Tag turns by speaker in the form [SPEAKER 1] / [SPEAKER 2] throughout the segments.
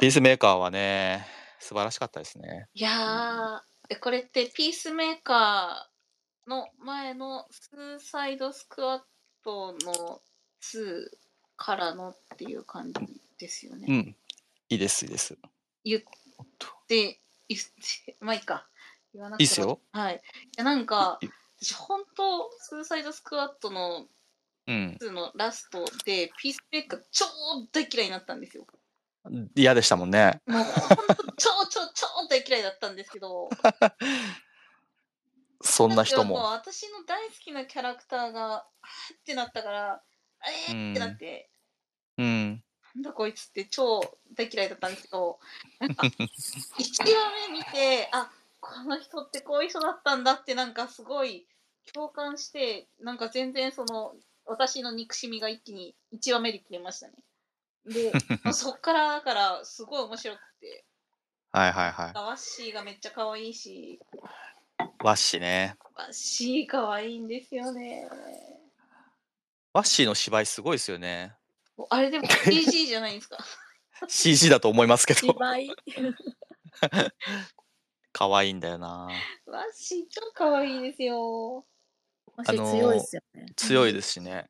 [SPEAKER 1] ピースメーカーはね、素晴らしかったですね。
[SPEAKER 2] いやー、でこれってピースメーカーの前のスーサイドスクワットの2からのっていう感じですよね。
[SPEAKER 1] うん。いいです、いいです。
[SPEAKER 2] 言って、言って、まあいいか。言わなく
[SPEAKER 1] い
[SPEAKER 2] ても
[SPEAKER 1] いっすよ。
[SPEAKER 2] はい。いやなんか
[SPEAKER 1] いい、
[SPEAKER 2] 私本当、スーサイドスクワットの
[SPEAKER 1] うん。
[SPEAKER 2] 2のラストで、ピースメーカー超大嫌いになったんですよ。
[SPEAKER 1] 嫌でしたもんね。
[SPEAKER 2] もう本当、超超超大嫌いだったんですけど。
[SPEAKER 1] そんな人
[SPEAKER 2] だ
[SPEAKER 1] も。
[SPEAKER 2] ってう私の大好きなキャラクターがあーってなったからえ
[SPEAKER 1] う
[SPEAKER 2] ー
[SPEAKER 1] ん
[SPEAKER 2] ってなって、
[SPEAKER 1] うん。
[SPEAKER 2] なんだこいつって超大嫌いだったんですけ どなんか一話目見てあこの人ってこういう人だったんだってなんかすごい共感してなんか全然その私の憎しみが一気に1話目で消えましたね。 でまあそっからだからすごい面白くて
[SPEAKER 1] はいはいはい。
[SPEAKER 2] ワッシーがめっちゃ可愛いし
[SPEAKER 1] ワッシーね。
[SPEAKER 2] ワッシー可愛いんですよね。
[SPEAKER 1] ワッシーの芝居すごいですよね。
[SPEAKER 2] おあれでも CG じゃないですか。
[SPEAKER 1] CG だと思いますけど。
[SPEAKER 2] 倍。
[SPEAKER 1] 可愛いんだよな。
[SPEAKER 2] わし、超可愛いですよ。
[SPEAKER 1] あのー強いっす
[SPEAKER 3] よね。
[SPEAKER 1] 強いですしね。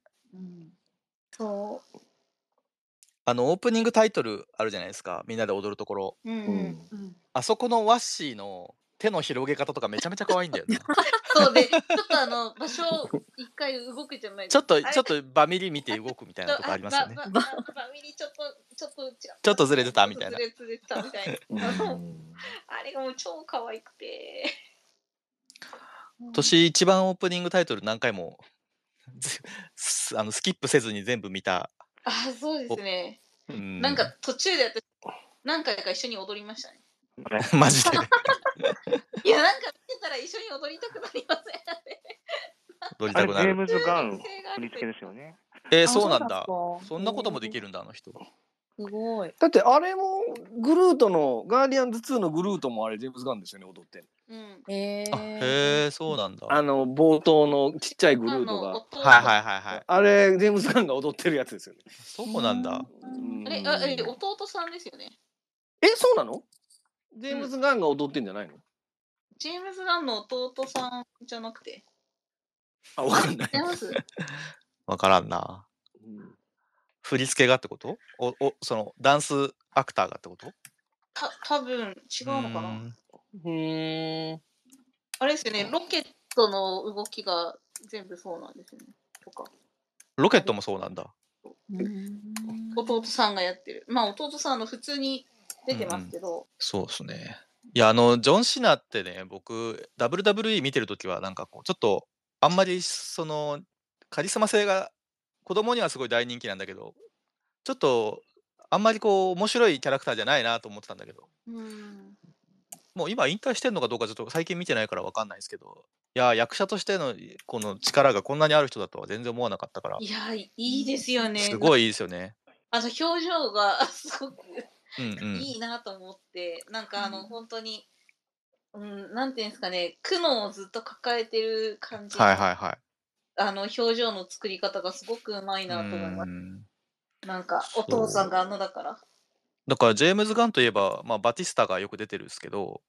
[SPEAKER 2] そ
[SPEAKER 1] あの、オープニングタイトルあるじゃないですか。みんなで踊るところ。
[SPEAKER 2] う。うん、うん。
[SPEAKER 1] あそこのワッシーの手の広げ方とかめちゃめちゃ可愛いんだよ ね。
[SPEAKER 2] そうで、ちょっとあの、場所、一回動くじゃない
[SPEAKER 1] ちょっと、
[SPEAKER 2] あれ
[SPEAKER 1] ちょっとバミリ見て動くみたいなとこありますよね
[SPEAKER 2] ば。ばばばミリちょっと、ちょっと違う。
[SPEAKER 1] ちょっとずれてたみたいな
[SPEAKER 2] ずれずれてたみたいな。あれがもう超可愛くて。
[SPEAKER 1] 年一番オープニングタイトル何回も ずすあのスキップせずに全部見た、
[SPEAKER 2] あ、そうですね。
[SPEAKER 1] う
[SPEAKER 2] なんか途中で私、何回か一緒に踊りましたね。
[SPEAKER 1] マジで
[SPEAKER 2] いや、なんか見てたら一緒に踊りたくなりません。
[SPEAKER 1] 踊り
[SPEAKER 4] あ
[SPEAKER 1] た
[SPEAKER 4] れ、
[SPEAKER 1] く
[SPEAKER 4] ジ
[SPEAKER 1] な
[SPEAKER 4] ェー
[SPEAKER 1] る
[SPEAKER 4] ムズ・ガン
[SPEAKER 2] 中毒性があ
[SPEAKER 4] 振
[SPEAKER 2] る
[SPEAKER 4] り付
[SPEAKER 2] と
[SPEAKER 4] け
[SPEAKER 2] いう
[SPEAKER 4] ですよね。
[SPEAKER 1] えー、そうなんだ
[SPEAKER 3] す
[SPEAKER 1] そんなこともできるんだあの人
[SPEAKER 3] ごい。
[SPEAKER 5] だってあれもグルートのガーディアンズ2のグルートもあれジェームズガンですよね踊ってる
[SPEAKER 2] うん。
[SPEAKER 3] え
[SPEAKER 1] あへえそうなんだは
[SPEAKER 5] あ
[SPEAKER 1] い
[SPEAKER 5] の冒頭のちっちゃいグルート
[SPEAKER 2] あの
[SPEAKER 5] が
[SPEAKER 2] 音
[SPEAKER 1] はいはいはい
[SPEAKER 5] あれジェームズガンが踊ってるやつですよね
[SPEAKER 1] そうなんだ
[SPEAKER 2] あれ、あえ弟さんですよね。
[SPEAKER 5] えそうなのジェームズガンが踊ってんじゃないの
[SPEAKER 2] ジェームズ・ガンの弟さんじゃなくて。
[SPEAKER 5] あわかんない
[SPEAKER 2] 違います
[SPEAKER 1] わからんな振り付けがってことおおそのダンスアクターがってこと
[SPEAKER 2] た多分違うのか
[SPEAKER 1] うー
[SPEAKER 2] なん
[SPEAKER 5] うん
[SPEAKER 2] あれですよね、ロケットの動きが全部そうなんですよね。とか、
[SPEAKER 1] ロケットもそうなんだ
[SPEAKER 2] 弟さんがやってる。まあ、弟さんあの普通に出てますけど、
[SPEAKER 1] そうですね。いや、あの、ジョン・シナってね、僕、WWE 見てるときは、なんかこう、ちょっと、あんまり、その、カリスマ性が、子供にはすごい大人気なんだけど、ちょっと、あんまりこう、面白いキャラクターじゃないなと思ってたんだけど、
[SPEAKER 2] うん、
[SPEAKER 1] もう今、引退してんのかどうか、ちょっと最近見てないからわかんないですけど、いや、役者としての、この力がこんなにある人だとは全然思わなかったから、
[SPEAKER 2] いやー、いいですよね。
[SPEAKER 1] す
[SPEAKER 2] い。
[SPEAKER 1] ごいいいですよね。
[SPEAKER 2] あの表情が すごく
[SPEAKER 1] うんうん。
[SPEAKER 2] いいなと思って、なんかあの、
[SPEAKER 3] うん
[SPEAKER 2] 本当に、うん、なんていうんですかね、苦悩をずっと抱えてる感じ、
[SPEAKER 1] はいはいは
[SPEAKER 2] あの表情の作り方がすごくうまい
[SPEAKER 1] い。
[SPEAKER 2] なと思います
[SPEAKER 1] う。ん
[SPEAKER 2] なんか
[SPEAKER 1] そ
[SPEAKER 2] お
[SPEAKER 1] う
[SPEAKER 2] 父さんがあのだから。
[SPEAKER 1] だから、ジェームズ・ガンといえば、まあ、バティスタがよく出てるんですけど、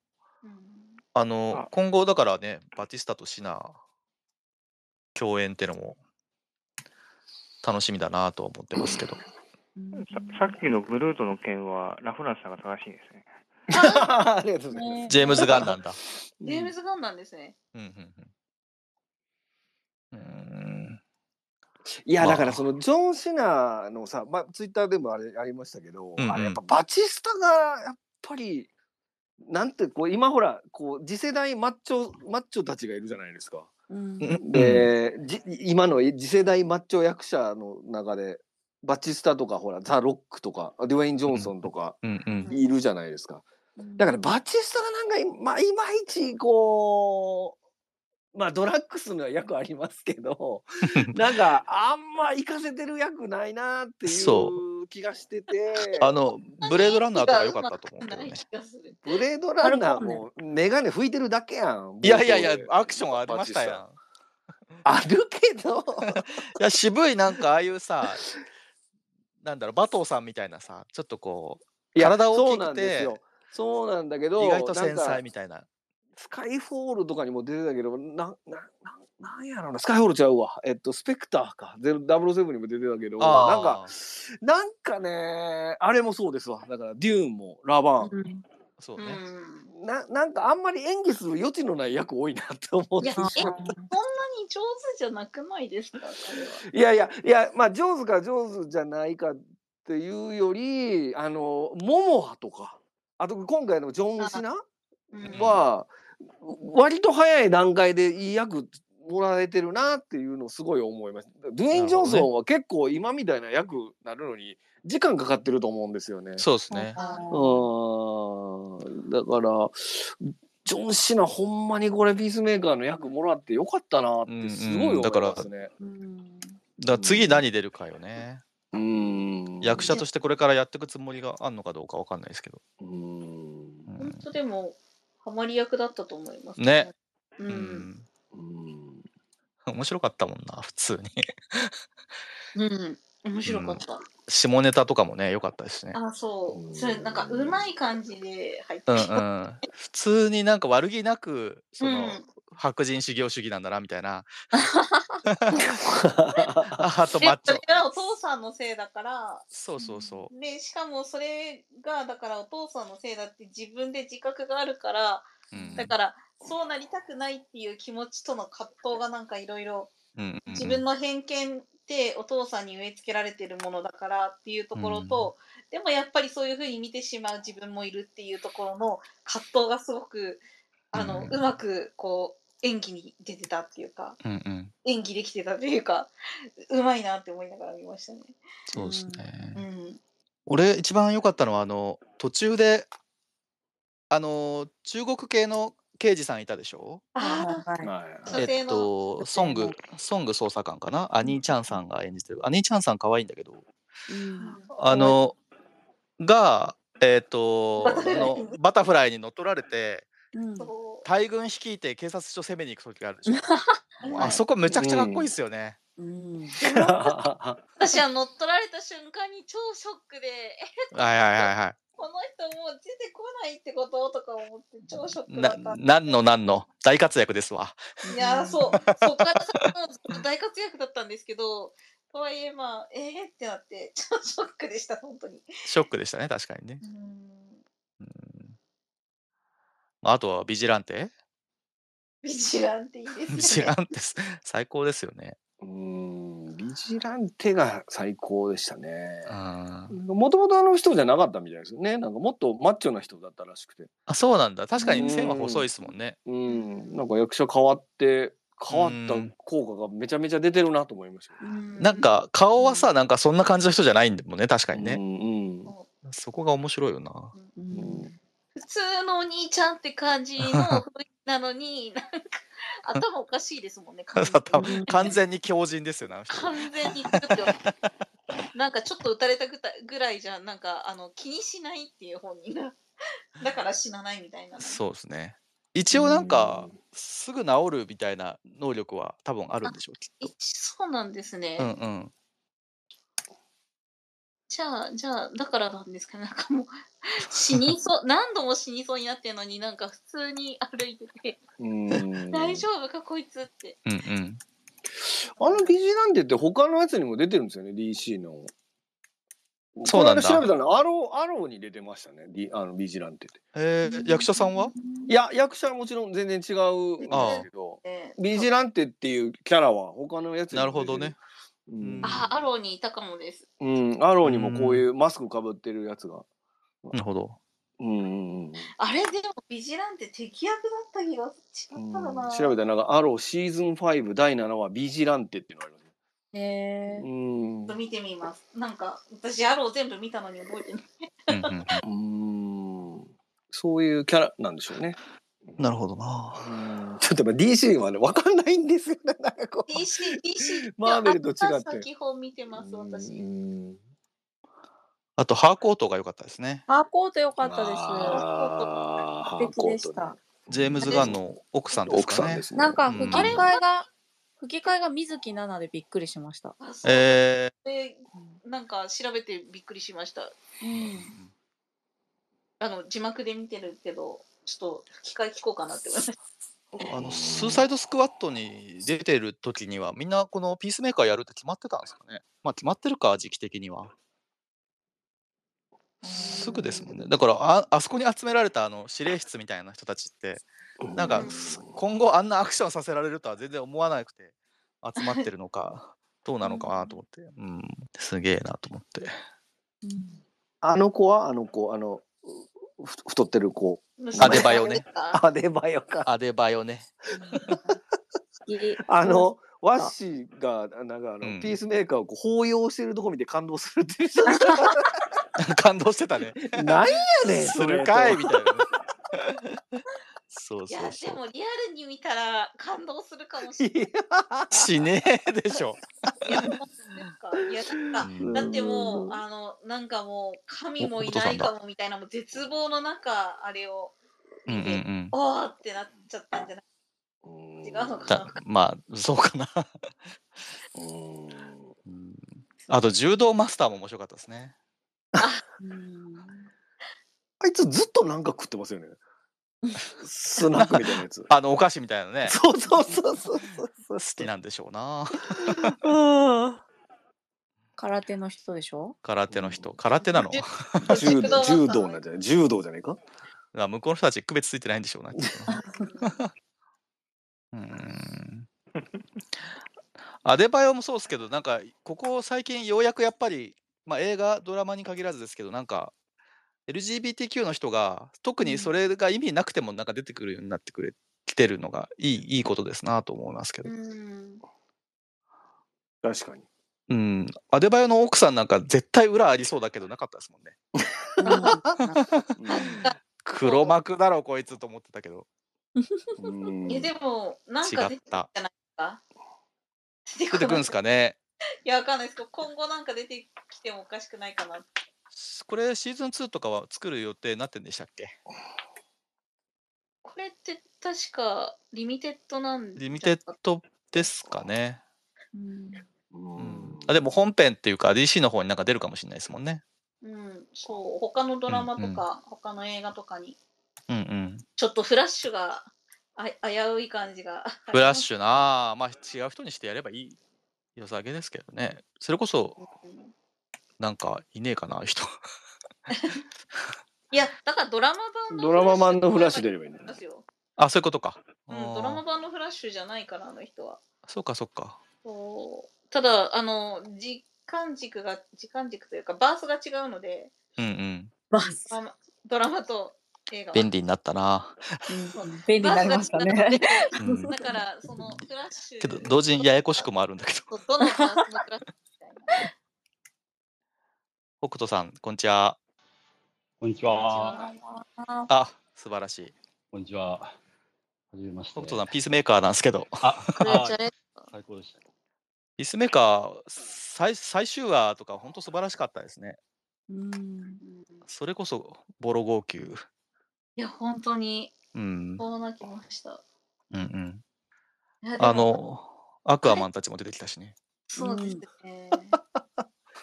[SPEAKER 1] あの
[SPEAKER 4] あ
[SPEAKER 1] 今後だからねバティスタとシナ共演ってのも楽しみだなとは思ってますけど
[SPEAKER 4] ささっきのグルートの件は、ラフランスさんが正しいですね。
[SPEAKER 5] ありがとうござい
[SPEAKER 3] ね
[SPEAKER 1] ジェームズ・ガンなんだ。
[SPEAKER 2] ジェーム
[SPEAKER 5] ます
[SPEAKER 2] ズ・ガンなんですね。
[SPEAKER 1] うんうんうんうーん
[SPEAKER 5] いや
[SPEAKER 1] まあ
[SPEAKER 5] だからそのジョン・シナのさまあツイッターでもあれありましたけど
[SPEAKER 1] うんうん
[SPEAKER 5] あれやっぱバチスタがやっぱりなんてこう今ほらこう次世代マッチョマッチョたちがいるじゃないですか。で、じ今の次世代マッチョ役者の中でバチスタとかほらザ・ロックとかデュエイン・ジョンソンとか
[SPEAKER 1] うんうん
[SPEAKER 5] いるじゃないですか、だからバチスタがなんかい,、まあ、いまいちこうまあドラッグスのは役ありますけどなんかあんま行かせてる役ないなって
[SPEAKER 1] そ
[SPEAKER 5] いう気がして て
[SPEAKER 1] あのブレードランナーとか良かったと思うけど
[SPEAKER 2] ない
[SPEAKER 1] ね
[SPEAKER 2] 気がする。
[SPEAKER 5] ブレードランナーも眼鏡拭いてるだけやん。
[SPEAKER 1] いやいやいや
[SPEAKER 5] 冒頭で
[SPEAKER 1] アクションありましたやん。
[SPEAKER 5] あるけど
[SPEAKER 1] いや渋いなんかああいうさなんだろうバトーさんみたいなさちょっとこう
[SPEAKER 5] いや
[SPEAKER 1] 体大
[SPEAKER 5] そ
[SPEAKER 1] き
[SPEAKER 5] うなん
[SPEAKER 1] く
[SPEAKER 5] です
[SPEAKER 1] て
[SPEAKER 5] よそうなんだけど
[SPEAKER 1] 意外と繊
[SPEAKER 5] なん
[SPEAKER 1] 細
[SPEAKER 5] か
[SPEAKER 1] みたいな
[SPEAKER 5] スカイフォールとかにも出てたけどななななんやろなスカイフォールちゃうわえっとスペクターかゼロ007にも出てたけど
[SPEAKER 1] あー
[SPEAKER 5] なんかなんかねあれもそうですわだからデューンもラバーン
[SPEAKER 2] うん
[SPEAKER 1] そう
[SPEAKER 2] う
[SPEAKER 1] ね、
[SPEAKER 2] ん
[SPEAKER 5] ななんかあんまり演技する余地のない役多いなって思っ
[SPEAKER 2] い
[SPEAKER 5] て
[SPEAKER 2] や、え、そ
[SPEAKER 5] し
[SPEAKER 2] んな
[SPEAKER 5] まう
[SPEAKER 2] に上手じゃなくないですか、あれは。
[SPEAKER 5] いやいやいやまあ上手か上手じゃないかっていうよりあのモモハとかあと今回のジョン・シナ
[SPEAKER 2] うん
[SPEAKER 5] は割と早い段階でいい役もらえてるなっていうのをすごい思います。ドゥエイン・ジョンソンは結構今みたいな役なるのに時間かかってると思うんですよね。
[SPEAKER 1] そうですね
[SPEAKER 5] うんだからジョン・シナほんまにこれピースメーカーの役もらってよかったなってすごい思いますね。
[SPEAKER 2] うん
[SPEAKER 1] だから次何出るかよね、
[SPEAKER 5] うん
[SPEAKER 1] 役者としてこれからやっていくつもりがあるのかどうかわかんないですけど、
[SPEAKER 5] うん
[SPEAKER 1] う
[SPEAKER 2] 本
[SPEAKER 1] ん
[SPEAKER 2] 当でも、ハマり役だったと思います。
[SPEAKER 1] ね。
[SPEAKER 2] う。
[SPEAKER 1] うんん
[SPEAKER 5] うん
[SPEAKER 1] 面白かったもんな普通に
[SPEAKER 2] うん。面白かった。
[SPEAKER 1] 下ネタとかもね良かったですね
[SPEAKER 2] あ、そう。それ、なんか、うまい感じで入っ
[SPEAKER 1] う
[SPEAKER 2] て
[SPEAKER 1] んう
[SPEAKER 2] きた。
[SPEAKER 1] ん、普通になんか悪気なくその、
[SPEAKER 2] うん
[SPEAKER 1] 白人修行主義なんだなみたいなあと
[SPEAKER 2] で
[SPEAKER 1] マッチ
[SPEAKER 2] そ
[SPEAKER 1] ョ
[SPEAKER 2] れはお父さんのせいだから、
[SPEAKER 1] そうそうそ
[SPEAKER 2] で、しかもそれが、だからお父さんのせいだって自分で自覚があるから、
[SPEAKER 1] う、うん
[SPEAKER 2] だから、そうなりたくないっていう気持ちとの葛藤がなんかいろいろ
[SPEAKER 1] うんうん
[SPEAKER 2] 自分の偏見ってお父さんに植え付けられてるものだからっていうところと、でもやっぱりそういうふうに見てしまう自分もいるっていうところの葛藤がすごくあの、
[SPEAKER 1] うん
[SPEAKER 2] うまくこう演技に出てたっていうか
[SPEAKER 1] うんうん、
[SPEAKER 2] 演技できてたというかうまいなって思いながら見ましたね。
[SPEAKER 1] そうですね、
[SPEAKER 2] うん、
[SPEAKER 1] 俺一番良かったのはあの途中であの中国系の刑事さんいたでしょ
[SPEAKER 2] あ
[SPEAKER 3] はいはい
[SPEAKER 2] 女性の
[SPEAKER 1] えっとソングソング捜査官かなアニー・チャンさんが演じてるアニー・チャンさん可愛いんだけど
[SPEAKER 3] うん
[SPEAKER 1] あのがえっ、と
[SPEAKER 2] バタフライ
[SPEAKER 1] あのバタフライに乗っ取られて
[SPEAKER 3] うん
[SPEAKER 2] ーそ
[SPEAKER 1] 大軍率いて警察署攻めに行く時があるで しょ
[SPEAKER 2] う
[SPEAKER 1] あそこめちゃくちゃかっこいいですよね、
[SPEAKER 3] うん
[SPEAKER 2] 私は乗っ取られた瞬間に超ショックでえ
[SPEAKER 1] はいはいはいはい
[SPEAKER 2] この人もう出てこないってこととか思って超ショックだ
[SPEAKER 1] な
[SPEAKER 2] ったんで
[SPEAKER 1] なんのなんの大活躍ですわ
[SPEAKER 2] いやーそう、そこから先もずっと大活躍だったんですけど、とはいえまあ、えーってなって、ちょっとショックでした、本当に。
[SPEAKER 1] ショックでしたね確かにね
[SPEAKER 2] う、ーん
[SPEAKER 1] うん、あとはビジラン テ
[SPEAKER 2] ビジランテいい
[SPEAKER 1] ビ
[SPEAKER 2] です
[SPEAKER 1] ジ
[SPEAKER 2] よ
[SPEAKER 1] ラ
[SPEAKER 2] ね。
[SPEAKER 1] ンテす最高ですよね。
[SPEAKER 5] うんビジランテが最高でしたね。
[SPEAKER 1] うん
[SPEAKER 5] もともとあの人じゃなかったみたいですよね。なんかもっとマッチョな人だったらしくて。
[SPEAKER 1] あそうなんだ確かに線は
[SPEAKER 5] うん
[SPEAKER 1] 細いですもんね。
[SPEAKER 5] うん。なんか役者変わって、変わった効果がめちゃめちゃ出てるなと思いました。
[SPEAKER 1] なんか顔はさなんかそんな感じの人じゃないんだもんね確かに
[SPEAKER 5] う
[SPEAKER 1] ね。
[SPEAKER 5] んうん
[SPEAKER 1] そこが面白いよな。
[SPEAKER 3] う
[SPEAKER 5] うんん
[SPEAKER 2] 普通のお兄ちゃんって感じの雰囲気なのに、なんか頭おかしいです もんね、完全
[SPEAKER 1] 頭
[SPEAKER 2] に。
[SPEAKER 1] 完全に強靭ですよなあの人。
[SPEAKER 2] 完全に狂ってますなんかちょっと打たれたぐたぐらいじゃなんかあの気にしないっていう本人がだから死なないみたいな
[SPEAKER 1] そうですね。一応なんかすぐ治るみたいな能力は多分あるんでしょうき
[SPEAKER 2] えそうなんですね、
[SPEAKER 1] っと。うんうん。
[SPEAKER 2] じゃあ、じゃあ、だからなんですかね、なん かもう、死にそう、何度も死にそうになってるのに、なんか普通に歩いてて、
[SPEAKER 5] うん
[SPEAKER 2] 大丈夫か、こいつって。
[SPEAKER 1] うんうん。
[SPEAKER 5] あのビジランテって他のやつにも出てるんですよね DC の。
[SPEAKER 1] そうなんだ
[SPEAKER 5] この間調べたらアローアローに出てましたね、D、あのビジランテって。
[SPEAKER 1] えー、役者さんはい
[SPEAKER 5] や役者はもちろん全然違うんですけど
[SPEAKER 2] えー
[SPEAKER 5] ビジランテっていうキャラは他のやつにも
[SPEAKER 1] な
[SPEAKER 5] 出て
[SPEAKER 1] るほどね。
[SPEAKER 5] うん
[SPEAKER 2] あ、アローにいたかもです。
[SPEAKER 5] うん、アローにもこういうマスクかぶってるやつが。
[SPEAKER 1] なるほど。
[SPEAKER 5] うんうんうん
[SPEAKER 2] あれ、でも、ビジランテ敵役だった気がす
[SPEAKER 5] う
[SPEAKER 2] る。違
[SPEAKER 5] ん
[SPEAKER 2] ったかな。
[SPEAKER 5] 調べたらなんかアローシーズン5第7話ビジランテっていうのがありますね。
[SPEAKER 3] へー
[SPEAKER 5] うん
[SPEAKER 2] ちょっと見てみます。なんか、私、アロー全部見たのに覚え てない。
[SPEAKER 1] うんうん うん、
[SPEAKER 5] うんそういうキャラなんでしょうね。
[SPEAKER 1] なるほどな。
[SPEAKER 5] ちょっとやっぱ DC はね分かんないんですよねなん かこう
[SPEAKER 2] DC、DC、
[SPEAKER 5] マーベルと違って
[SPEAKER 2] あ朝基本見てます、
[SPEAKER 5] う
[SPEAKER 2] 私。
[SPEAKER 5] ん
[SPEAKER 1] あとハーコートが良かったですね。
[SPEAKER 3] ハーコート良かったで
[SPEAKER 5] あー
[SPEAKER 3] す。素敵でした。
[SPEAKER 1] ジェームズ・ガンの奥さんです
[SPEAKER 5] 奥
[SPEAKER 1] か
[SPEAKER 5] さん
[SPEAKER 1] ね
[SPEAKER 5] で。すね。
[SPEAKER 3] なんか
[SPEAKER 1] うん
[SPEAKER 3] 吹き替えが、吹き替えが水木奈々でびっくりしました。
[SPEAKER 2] あそう
[SPEAKER 1] え
[SPEAKER 2] でなんか、調べてびっくりしました。
[SPEAKER 3] うん
[SPEAKER 1] ー
[SPEAKER 2] あの字幕で見てるけど、ちょっと吹き替え聞こうかなって思いました。
[SPEAKER 1] あのスーサイドスクワットに出てる時にはみんなこのピースメーカーやるって決まってたんですかねまあ決まってるか時期的にはすぐですもんねだからああそこに集められたあの指令室みたいな人たちってなんかす今後あんなアクションさせられるとは全然思わなくて集まってるの かどうなのかなと思ってうんすげえなと思って
[SPEAKER 5] あの子はあの子あのうふ太ってる子
[SPEAKER 1] あデバイをね。
[SPEAKER 2] あ
[SPEAKER 5] あデバヨか
[SPEAKER 1] アデバヨね
[SPEAKER 5] あのワッシーがなんかあの、
[SPEAKER 1] うん
[SPEAKER 5] ピースメーカーをこう抱擁してるとこ見て感動するっていう
[SPEAKER 1] 感動してたね
[SPEAKER 5] なんやねん
[SPEAKER 1] す
[SPEAKER 5] それ
[SPEAKER 1] るかいみたいなねそう
[SPEAKER 2] いや
[SPEAKER 1] そうそ
[SPEAKER 2] で
[SPEAKER 1] う
[SPEAKER 2] もリアルに見たら感動するかもしれない
[SPEAKER 5] いや
[SPEAKER 1] しねえでしょ
[SPEAKER 2] いや。本当ですかいやなんか
[SPEAKER 1] うん
[SPEAKER 2] だっても
[SPEAKER 5] うん
[SPEAKER 2] うあのなんかもう神
[SPEAKER 1] お
[SPEAKER 2] もい
[SPEAKER 1] お父
[SPEAKER 2] な
[SPEAKER 1] さん
[SPEAKER 2] い
[SPEAKER 1] だ
[SPEAKER 2] かもみたいなもう絶望の中あれを
[SPEAKER 1] うんうんうん
[SPEAKER 2] おーってなっちゃったんじゃない違うのか
[SPEAKER 1] だ
[SPEAKER 2] な。
[SPEAKER 1] まあそうかな
[SPEAKER 5] うん
[SPEAKER 1] うんあと柔道マスターも面白かったですね
[SPEAKER 5] あいつずっとなんか食ってますよねスナックみたいな やつ
[SPEAKER 1] あのお菓子みたいなのね
[SPEAKER 5] そうそうそうそうそう
[SPEAKER 1] 好きなんでしょうな
[SPEAKER 3] 空手の人でしょ
[SPEAKER 1] 空手の人空手なの
[SPEAKER 2] 柔
[SPEAKER 5] 柔道柔道なんじゃない柔道じゃないか
[SPEAKER 1] あ向こうの人たち区別ついてないんでしょうなきっとなうーんアデバヨもそうですけどなんかここ最近ようやくやっぱり、まあ、映画ドラマに限らずですけどなんか LGBTQ の人が特にそれが意味なくてもなんか出てくるようになってくれ来てるのがいいいいことですなと思いますけど、
[SPEAKER 2] うん
[SPEAKER 5] 確かに
[SPEAKER 1] うん、アデバヨの奥さんなんか絶対裏ありそうだけどなかったですもんね黒幕だろこいつと思ってたけど
[SPEAKER 5] うん
[SPEAKER 2] いやでもなん
[SPEAKER 1] 違
[SPEAKER 2] か出
[SPEAKER 1] ってた
[SPEAKER 2] た出
[SPEAKER 1] 出てくるんですかね
[SPEAKER 2] いやわかんないですけど今後なんか出てきてもおかしくないかな。
[SPEAKER 1] すこれシーズン2とかは作る予定になってんでしたっけ
[SPEAKER 2] これって確かリミテッドなんで
[SPEAKER 1] リミテッドですかね、
[SPEAKER 5] うん
[SPEAKER 1] うんあでも本編っていうか DC の方になんか出るかもしれないですもんね
[SPEAKER 2] うん、そう他のドラマとか、
[SPEAKER 1] うんうん
[SPEAKER 2] 他の映画とかに
[SPEAKER 1] うんうん
[SPEAKER 2] ちょっとフラッシュがあ危うい感じが
[SPEAKER 1] フラッシュなあまあ違う人にしてやればいい良さげですけどねそれこそ
[SPEAKER 2] ュ、うん
[SPEAKER 1] なんかいねえかな人
[SPEAKER 2] いやだからドラマ版の
[SPEAKER 5] ドラママンのフラッシュ出
[SPEAKER 2] る
[SPEAKER 5] ればいいんだ
[SPEAKER 2] んですよ、
[SPEAKER 1] あそういうことか、
[SPEAKER 2] う
[SPEAKER 1] あ
[SPEAKER 2] ん、
[SPEAKER 1] ー
[SPEAKER 2] ドラマ版のフラッシュじゃないからあの人は
[SPEAKER 1] そうかそうか
[SPEAKER 2] そうただあの時間軸が時間軸というかバースが違うので
[SPEAKER 1] うんうん
[SPEAKER 3] バス
[SPEAKER 2] ドラマドラマと映画は
[SPEAKER 1] 便利になったな、
[SPEAKER 3] 便利になりましたね。
[SPEAKER 1] うん
[SPEAKER 2] だからそ のフラッシュ
[SPEAKER 1] けど同時にややこしくもあるんだけど
[SPEAKER 2] そ うどのバースのフラッシュみたいな
[SPEAKER 1] 北斗さんこんにちは
[SPEAKER 6] こんにちは。
[SPEAKER 1] あ素晴らしい
[SPEAKER 6] こんにちは。はじめまして。
[SPEAKER 1] 北斗さんピースメーカーなんですけど
[SPEAKER 6] あ、
[SPEAKER 2] これ
[SPEAKER 6] あ
[SPEAKER 2] じゃね
[SPEAKER 6] 最高でした。
[SPEAKER 1] ピースメーカー最最終話とか本当素晴らしかったですね。それこそボロ号泣。
[SPEAKER 2] いや本当に
[SPEAKER 1] うん。
[SPEAKER 2] そうなきました。
[SPEAKER 1] うんうん。
[SPEAKER 2] いやでも
[SPEAKER 1] あの、アクアマンたちも出てきたしね。
[SPEAKER 2] そうですね。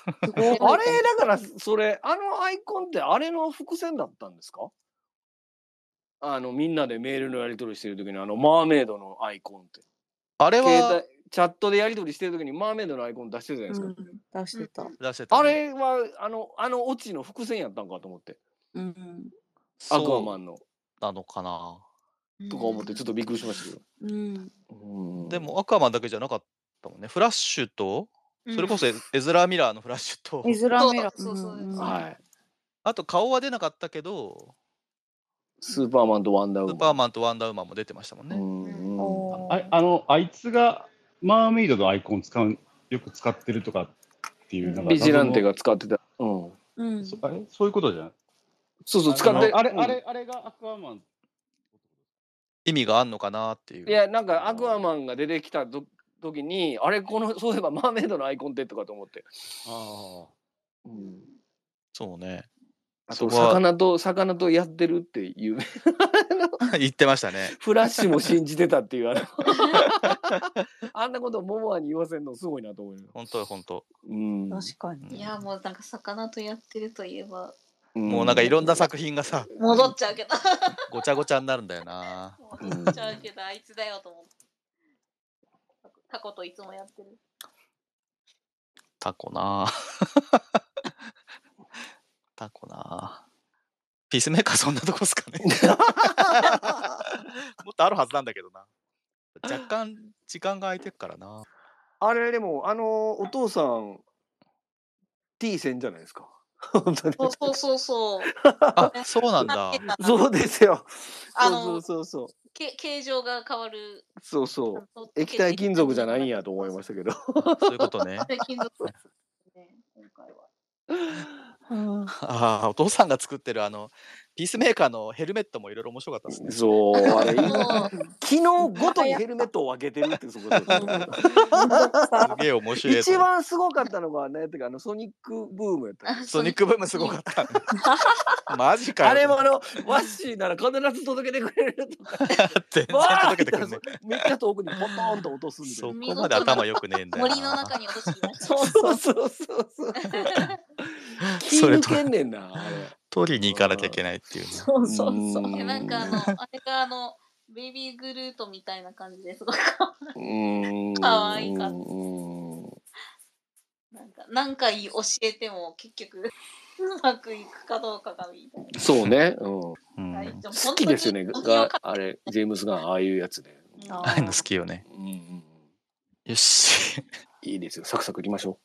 [SPEAKER 5] あれだからそれあのアイコンってあれの伏線だったんですかあのみんなでメールのやり取りしてる時にあのマーメイドのアイコンって
[SPEAKER 1] あれ
[SPEAKER 5] 携
[SPEAKER 1] は
[SPEAKER 5] 帯チャットでやり取りしてる時にマーメイドのアイコン出してるじゃないですか、
[SPEAKER 3] 出してた。
[SPEAKER 1] 出してた
[SPEAKER 5] あ
[SPEAKER 1] ね、
[SPEAKER 5] れはあのあのオチの伏線やったんかと思って
[SPEAKER 3] うん。
[SPEAKER 5] アクアマ
[SPEAKER 1] ン
[SPEAKER 5] ンの
[SPEAKER 1] なのかな。
[SPEAKER 5] とか思ってちょっとびっくりしましたけ
[SPEAKER 3] うん。
[SPEAKER 5] ど、うん
[SPEAKER 1] でもアクアマンだけじゃなかったもんね。フラッシュと、それこそエエズラ・ミラーのフラッシュと、
[SPEAKER 3] エズラメラ。
[SPEAKER 2] そうそうそう
[SPEAKER 5] はい
[SPEAKER 1] あと顔は出なかったけど、
[SPEAKER 5] スーパーマンとワンダーウ
[SPEAKER 1] ス
[SPEAKER 5] ーマ
[SPEAKER 1] ー
[SPEAKER 5] ン
[SPEAKER 1] パーマンとワンダーウーマンも出てましたもんね。
[SPEAKER 5] うんうん
[SPEAKER 6] ああの、あいつがマーメイドのアイコン使う、よく使ってるとかっていう、なんか
[SPEAKER 5] ビジランテが使ってた、うん、
[SPEAKER 3] うん。
[SPEAKER 6] 謎の。そあれそういうことじゃない
[SPEAKER 5] そうそう使って
[SPEAKER 6] あれ、
[SPEAKER 5] うん
[SPEAKER 6] あれ、あれがアクアマン。
[SPEAKER 1] 意味があんのかなっていう。
[SPEAKER 5] いやなんかアクアマンが出てきたと時にあれこのそういえばマーメイドのアイコンってとかと思って、
[SPEAKER 6] あ
[SPEAKER 1] そうね。
[SPEAKER 5] あ
[SPEAKER 1] そ
[SPEAKER 5] と
[SPEAKER 1] こは
[SPEAKER 5] 魚と魚とやってるっていう
[SPEAKER 1] 言ってましたね。
[SPEAKER 5] フラッシュも信じてたっていう あのあんなことモモアに言わせるのすごいなと思うよ、
[SPEAKER 1] 本当よ本当。
[SPEAKER 5] うん、
[SPEAKER 3] 確かに。
[SPEAKER 2] いやもうなんか魚とやってるといえば
[SPEAKER 1] もうなんかいろんな作品がさ、
[SPEAKER 2] 戻っちゃうけど。
[SPEAKER 1] ごちゃごちゃになるんだよな。
[SPEAKER 2] 戻っちゃうけど、あいつだよと思う。タコといつもやってる。
[SPEAKER 1] タコな。 タコな。ピースメーカーそんなとこです かね。もっとあるはずなんだけどな。若干時間が空いてるからな。
[SPEAKER 5] あれでもあのお父さん T 線じゃないですか。 本当に
[SPEAKER 2] そうそうそうそう。
[SPEAKER 1] あ、そうなんだ
[SPEAKER 2] って。た
[SPEAKER 5] そうですよ。
[SPEAKER 2] あ
[SPEAKER 5] そ
[SPEAKER 2] の
[SPEAKER 5] うそうそう
[SPEAKER 2] け形状が変わる。
[SPEAKER 5] そうそうそう。液体金属じゃないんやと思いましたけど。
[SPEAKER 1] そういうことね。
[SPEAKER 2] 液体金属ですね。今回は。
[SPEAKER 1] ああ、お父さんが作ってるあの、ピースメーカーのヘルメットもいろいろ面白かったですね。
[SPEAKER 5] そうあれ
[SPEAKER 2] もう
[SPEAKER 5] 機能ごとにヘルメットを分けてるってそこですよね。
[SPEAKER 1] すげえ面白い。
[SPEAKER 5] 一番すごかったのがねてかあのソニックブームやった。
[SPEAKER 1] ソニックブームすごかった、マジかよ。
[SPEAKER 5] あれもあのワッシーなら必ず届けてくれるとか。
[SPEAKER 1] 全然
[SPEAKER 5] わー
[SPEAKER 1] 届けてくんね。
[SPEAKER 5] めっちゃ遠くにポトンと落とすんで。
[SPEAKER 1] そ
[SPEAKER 5] そ
[SPEAKER 1] こ
[SPEAKER 5] う
[SPEAKER 1] まで頭良くねえんだよな。
[SPEAKER 2] 森の中に落としてきました。
[SPEAKER 5] そうそうそうそう。気
[SPEAKER 1] それ
[SPEAKER 5] 抜
[SPEAKER 1] と
[SPEAKER 5] けんねんな。あれ
[SPEAKER 1] 取りに行かなきゃいけないっていうね。
[SPEAKER 3] そうそうそう。
[SPEAKER 2] えなんかあの、あれがあの、ベイビーグルートみたいな感じですごく 可愛いかった
[SPEAKER 5] う
[SPEAKER 2] なんか何回教えても結局うまくいくかどうかがみたい
[SPEAKER 5] んそうね、うん、 好
[SPEAKER 1] うん
[SPEAKER 2] な。はい
[SPEAKER 1] あ
[SPEAKER 5] きですよね
[SPEAKER 2] 本当に
[SPEAKER 5] があれジェームスガンああいうやつで、
[SPEAKER 2] 本当によかっ
[SPEAKER 1] あいうの好きよね。
[SPEAKER 5] うんうん、
[SPEAKER 1] よし。
[SPEAKER 5] いいですよサクサクいきましょ